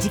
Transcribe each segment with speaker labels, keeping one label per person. Speaker 1: 時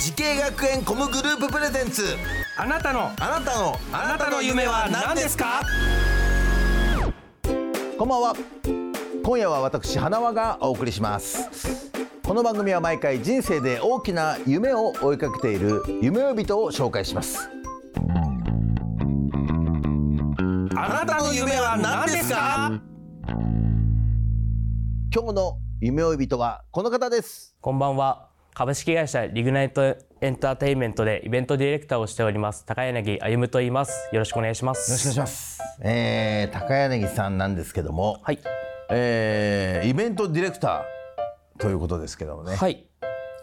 Speaker 2: 時系学園コムグループプレゼンツ
Speaker 3: あなたの
Speaker 2: あなたのあなたの夢は何ですかこんばんは今夜は私花輪がお送りしますこの番組は毎回人生で大きな夢を追いかけている夢追い人を紹介しますあなたの夢は何ですか今日の夢追い人はこの方です
Speaker 4: こんばんは。株式会社リグナイトエンターテインメントでイベントディレクターをしております高柳歩と言います。よろしくお願いします。
Speaker 2: よろしくお願いします。えー、高柳さんなんですけども、
Speaker 4: はい。
Speaker 2: えーイベントディレクターということですけどもね、、
Speaker 4: はい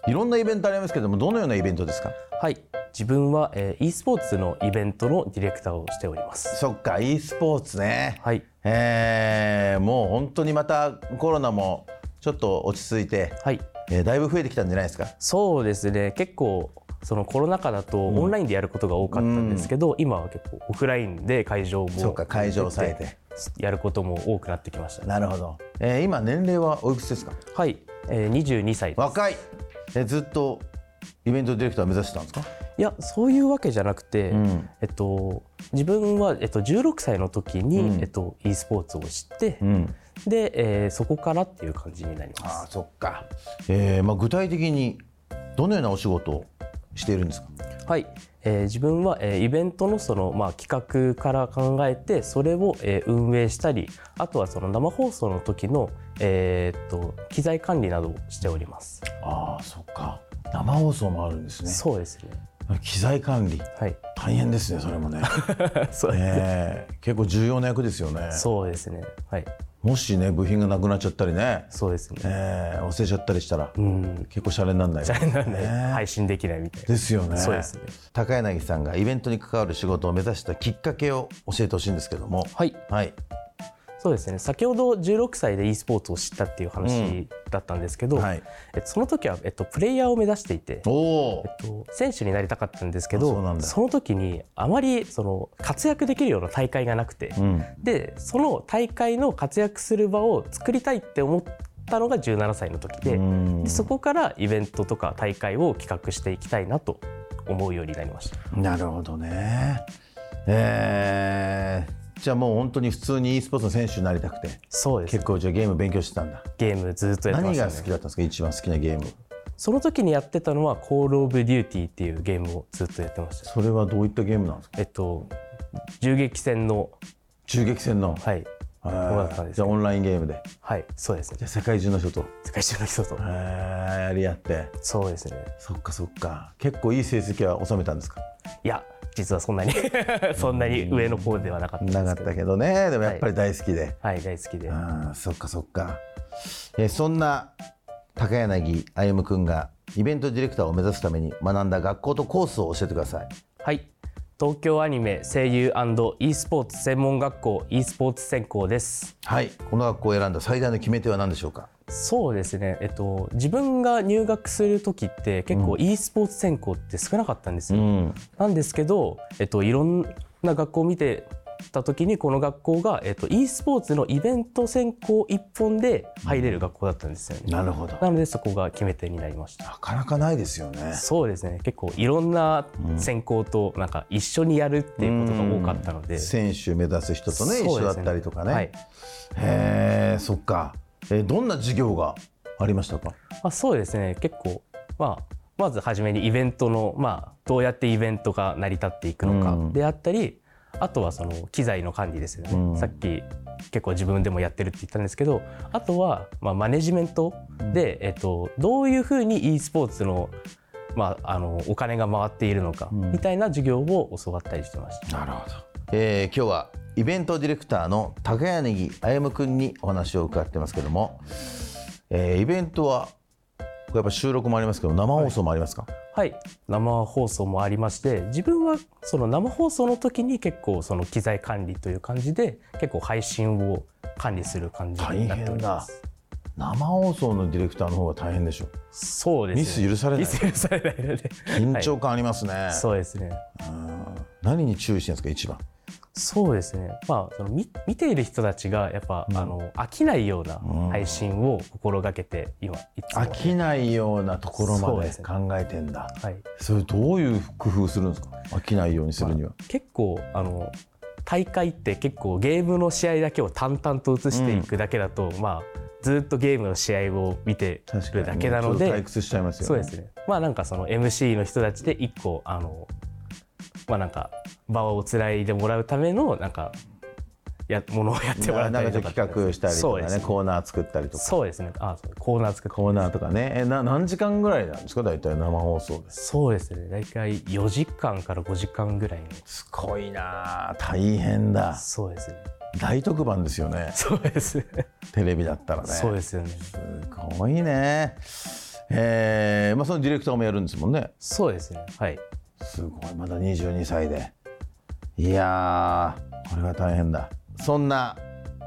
Speaker 4: い。
Speaker 2: ろんなイベントありますけども、どのようなイベントですか。
Speaker 4: はい。自分は、えー、e スポーツのイベントのディレクターをしております。
Speaker 2: そっか、e スポーツね。
Speaker 4: はい
Speaker 2: えーもう本当にまたコロナもちょっと落ち着いて、
Speaker 4: はい。
Speaker 2: えーだいぶ増えてきたんじゃないですか。
Speaker 4: そうですね。結構そのコロナ禍だとオンラインでやることが多かったんですけど、今は結構オフラインで会場も
Speaker 2: そうか会場を抑えて
Speaker 4: やることも多くなってきましたね。
Speaker 2: なるほど。えー今年齢はおいくつですか。
Speaker 4: はい。えー、22歳です。
Speaker 2: 若い。えーずっとイベントディレクター目指してたんですか。
Speaker 4: いやそういうわけじゃなくて、
Speaker 2: ん
Speaker 4: えっと、自分は、えっと、16歳の時に、えっと、e スポーツを知って、
Speaker 2: ん
Speaker 4: で、えーそこからっていう感じになりま
Speaker 2: ああ
Speaker 4: す
Speaker 2: そっか、えーまあ、具体的にどのようなお仕事をしているんですか
Speaker 4: はい、えー自分は、えーイベントのその、まあ、企画から考えてそれを、えー運営したりあとはその生放送の時の、えーっと機材管理などをしております、
Speaker 2: ああそっか生放送もあるんですね
Speaker 4: そうですね
Speaker 2: 機材管理
Speaker 4: はい
Speaker 2: 大変ですねそれも ね、
Speaker 4: そう,、
Speaker 2: えー結構重要な役ですよね
Speaker 4: そうですねはい
Speaker 2: もしね部品がなくなっちゃったりね、
Speaker 4: そうですね
Speaker 2: えー忘れちゃったりしたら、
Speaker 4: うん
Speaker 2: 結構シャレになんない
Speaker 4: じゃあなんで
Speaker 2: ね
Speaker 4: 配信できないみたいな
Speaker 2: ですよね
Speaker 4: そうですね
Speaker 2: 高柳さんがイベントに関わる仕事を目指したきっかけを教えてほしいんですけども
Speaker 4: はい
Speaker 2: はい
Speaker 4: そうですね先ほど16歳で e スポーツを知ったっていう話だったんですけど、
Speaker 2: はい
Speaker 4: えっとその時は、えっと、プレイヤーを目指していて、
Speaker 2: おお
Speaker 4: えっと選手になりたかったんですけ
Speaker 2: あそうなん
Speaker 4: ど
Speaker 2: だ
Speaker 4: その時にあまりその活躍できるような大会がなくて、
Speaker 2: ん
Speaker 4: でその大会の活躍する場を作りたいって思ったのが17歳の時で,、
Speaker 2: ん
Speaker 4: でそこからイベントとか大会を企画していきたいなと思うようになりました。
Speaker 2: なるほどね。えーじゃあもう本当に普通に e スポーツの選手になりたくて
Speaker 4: そうです
Speaker 2: 結構じゃあゲーム勉強してたんだ、
Speaker 4: ゲームずっとやってま
Speaker 2: 何
Speaker 4: した
Speaker 2: が
Speaker 4: ね
Speaker 2: 好きだったんですか一番好きなゲーム
Speaker 4: その時にやってたのは「コール・オブ・デューティー」っていうゲームをずっとやってました
Speaker 2: それはどういったゲームなんですか
Speaker 4: えっと銃撃戦の
Speaker 2: 銃撃戦の、
Speaker 4: はい
Speaker 2: えー
Speaker 4: ものだったんです
Speaker 2: じゃあオンラインゲームで
Speaker 4: はいそうです
Speaker 2: じ
Speaker 4: ね
Speaker 2: ゃあ世界中の人と、
Speaker 4: 世界中の人と
Speaker 2: えーやり合って
Speaker 4: そうですね
Speaker 2: そっかそっか結構いい成績は収めたんですか
Speaker 4: いや実はそんなに そんなに上の方ではなかったんで
Speaker 2: なか
Speaker 4: す
Speaker 2: っ
Speaker 4: け
Speaker 2: た
Speaker 4: ど
Speaker 2: けどねでもやっぱり大好きで、
Speaker 4: はい大好きでは
Speaker 2: あーそっかそっか、えーそんな高柳歩くんがイベントディレクターを目指すために学んだ学校とコースを教えてください
Speaker 4: い東京アニメ声優 &e スポーツ専門学校 e スポーツ専攻です
Speaker 2: はいこの学校を選んだ最大の決め手は何でしょうか
Speaker 4: そうですねえっと自分が入学する時って結構 e スポーツ専攻って少なかったんですよ、
Speaker 2: ん
Speaker 4: なんですけど、えっと、いろんな学校を見てた時にこの学校が、えっと、e スポーツのイベント専攻一本で入れる学校だったんですよね。
Speaker 2: なるほど
Speaker 4: なのでそこが決め手になりました。
Speaker 2: なかなかないですよね
Speaker 4: そうですね結構いろんな専攻となんか一緒にやるっていうことが多かったので、
Speaker 2: 選手目指す人と
Speaker 4: そうで
Speaker 2: ね
Speaker 4: すね
Speaker 2: 一緒だったりとかね、
Speaker 4: はい
Speaker 2: へえそっか、えーどんな授業がありましたか
Speaker 4: まあ、そうですね結構、まあ、まず初めにイベントの、まあ、どうやってイベントが成り立っていくの
Speaker 2: うん
Speaker 4: かであったり、あとはその機材の管理ですよね、
Speaker 2: うん
Speaker 4: さっき結構自分でもやってるって言ったんですけどあとは、まあ、マネジメントで、えっと、どういうふうに e スポーツの,、まあ、あのお金が回っているのか、みたいな授業を教わったりしてました。
Speaker 2: なるほど、えー今日はイベントディレクターの高柳歩くんにお話を伺ってますけども、えーイベントはこれやっぱ収録もありますけど生放送もありますか、
Speaker 4: はい、生放送もありまして自分はその生放送の時に結構その機材管理という感じで結構配信を管理する感じになっております。
Speaker 2: 生放送のディレクターの方が大変でしょ
Speaker 4: そうです、ね、
Speaker 2: ミス許されない
Speaker 4: ミス許されないので
Speaker 2: 緊張感ありますね、
Speaker 4: はいそうですね
Speaker 2: 何に注意してるんですか一番
Speaker 4: そうですね、まあ、その見見ている人たちがやっぱ、あの飽きないような配信を心がけて今いつも
Speaker 2: 飽きないようなところ
Speaker 4: そう
Speaker 2: まで
Speaker 4: ですね
Speaker 2: 考えてんだ
Speaker 4: はい、
Speaker 2: それどういう工夫するんですか飽きないようにするには、
Speaker 4: 結構あの大会って結構ゲームの試合だけを淡々と映していくだけだと、まあ、ずっとゲームの試合を見て
Speaker 2: 確か
Speaker 4: る
Speaker 2: に
Speaker 4: だけなの
Speaker 2: ちょっ
Speaker 4: で
Speaker 2: と退屈しちゃいますよ
Speaker 4: そうですねまあなんかその MC の人たちで一個あのまあなんか場をつないでもらうためのなんかやものをやってもらった
Speaker 2: な
Speaker 4: り
Speaker 2: ん
Speaker 4: と
Speaker 2: か
Speaker 4: か
Speaker 2: 企画したりと
Speaker 4: そうで
Speaker 2: かね
Speaker 4: すね
Speaker 2: コーナー作ったりとか
Speaker 4: そうですねあそうコーナー作って
Speaker 2: コーナーとかねえな何時間ぐらいなんですか大体生放送です
Speaker 4: そうですね大体4時間から5時間ぐらいの
Speaker 2: すごいなあ大変だ
Speaker 4: そうですね
Speaker 2: 大特番ですよね
Speaker 4: そうですね
Speaker 2: テレビだったらね
Speaker 4: そうですよね
Speaker 2: すごいねえーまあ、そのディレクターもやるんですもんね
Speaker 4: そうですねはい
Speaker 2: すごいまだ22歳でいやーこれは大変だそんな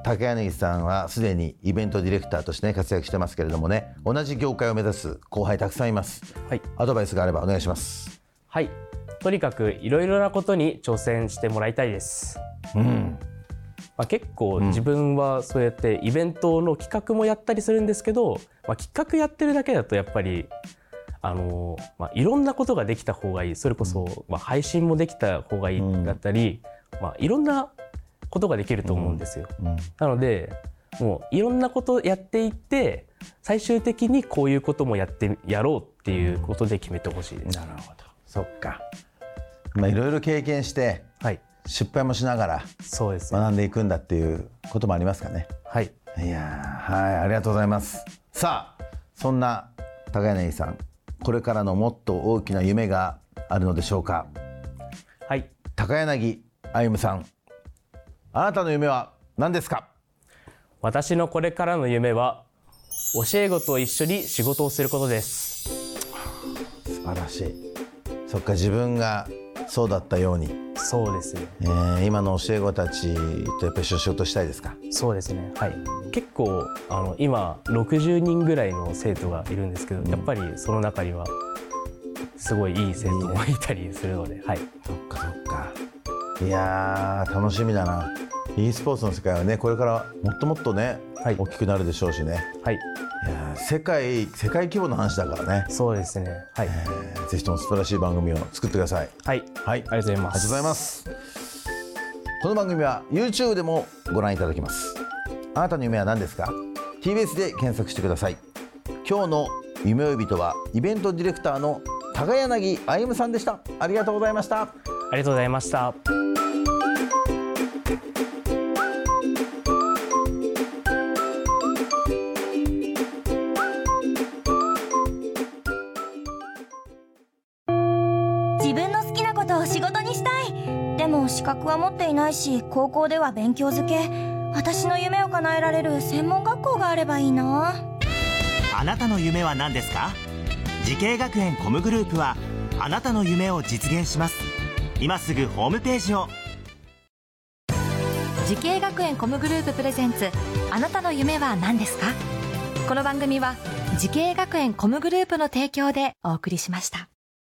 Speaker 2: 高柳さんはすでにイベントディレクターとして、ね、活躍してますけれどもね同じ業界を目指す後輩たくさんいます
Speaker 4: はい
Speaker 2: アドバイスがあればお願いします
Speaker 4: はいとにかくいろいろなことに挑戦してもらいたいです
Speaker 2: うん
Speaker 4: まあ、結構自分はそうやってイベントの企画もやったりするんですけど、まあ、企画やってるだけだとやっぱりあの、まあ、いろんなことができた方がいいそれこそ、まあ、配信もできた方がいいだったり、まあ、いろんなことができると思うんですよ。
Speaker 2: うん
Speaker 4: なのでもういろんなことやっていって最終的にこういうこともやってやろうっていうことで決めてほしいです。
Speaker 2: なるほどそっかまあいろいろ経験して
Speaker 4: はい、
Speaker 2: 失敗もしながら
Speaker 4: そうですね。
Speaker 2: 学んでいくんだっていうこともありますかね
Speaker 4: はい、
Speaker 2: いやーはいありがとうございますさあそんな高柳さんこれからのもっと大きな夢があるのでしょうか
Speaker 4: はい、
Speaker 2: 高柳歩夢さんあなたの夢は何ですか
Speaker 4: 私のこれからの夢は教え子と一緒に仕事をすることです
Speaker 2: 素晴らしいそっか自分がそうだったように、
Speaker 4: そうですね
Speaker 2: えー今の教え子たちとやっぱり一緒に仕事したいですか
Speaker 4: そうですねはい結構あの今60人ぐらいの生徒がいるんですけど、やっぱりその中にはすごいいい生徒もいたりするので、はい
Speaker 2: そっかそっかいやー楽しみだな e スポーツの世界はねこれからもっともっとね、
Speaker 4: はい
Speaker 2: 大きくなるでしょうしね
Speaker 4: はい
Speaker 2: いやー世界世界規模の話だからね、
Speaker 4: そうですねはい、
Speaker 2: えーぜひとも素晴らしい番組を作ってください
Speaker 4: はい
Speaker 2: はいありが
Speaker 4: ありがとうございます
Speaker 2: とうございますこの番組は YouTube でもご覧いただけますあなたの夢は何ですか TBS で検索してください今日の夢追い人はイベントディレクターの高柳歩さんでしたありがとうございました
Speaker 4: ありがとうございました
Speaker 5: 自分の好きなことを仕事にしたいでも資格は持っていないし高校では勉強づけ私の夢を叶えられる専門学校があればいいな
Speaker 6: あなたの夢は何ですか時系学園コムグループはあなたの夢を実現します今すぐホームページを
Speaker 1: 時系学園コムグループプレゼンツあなたの夢は何ですかこの番組は時系学園コムグループの提供でお送りしました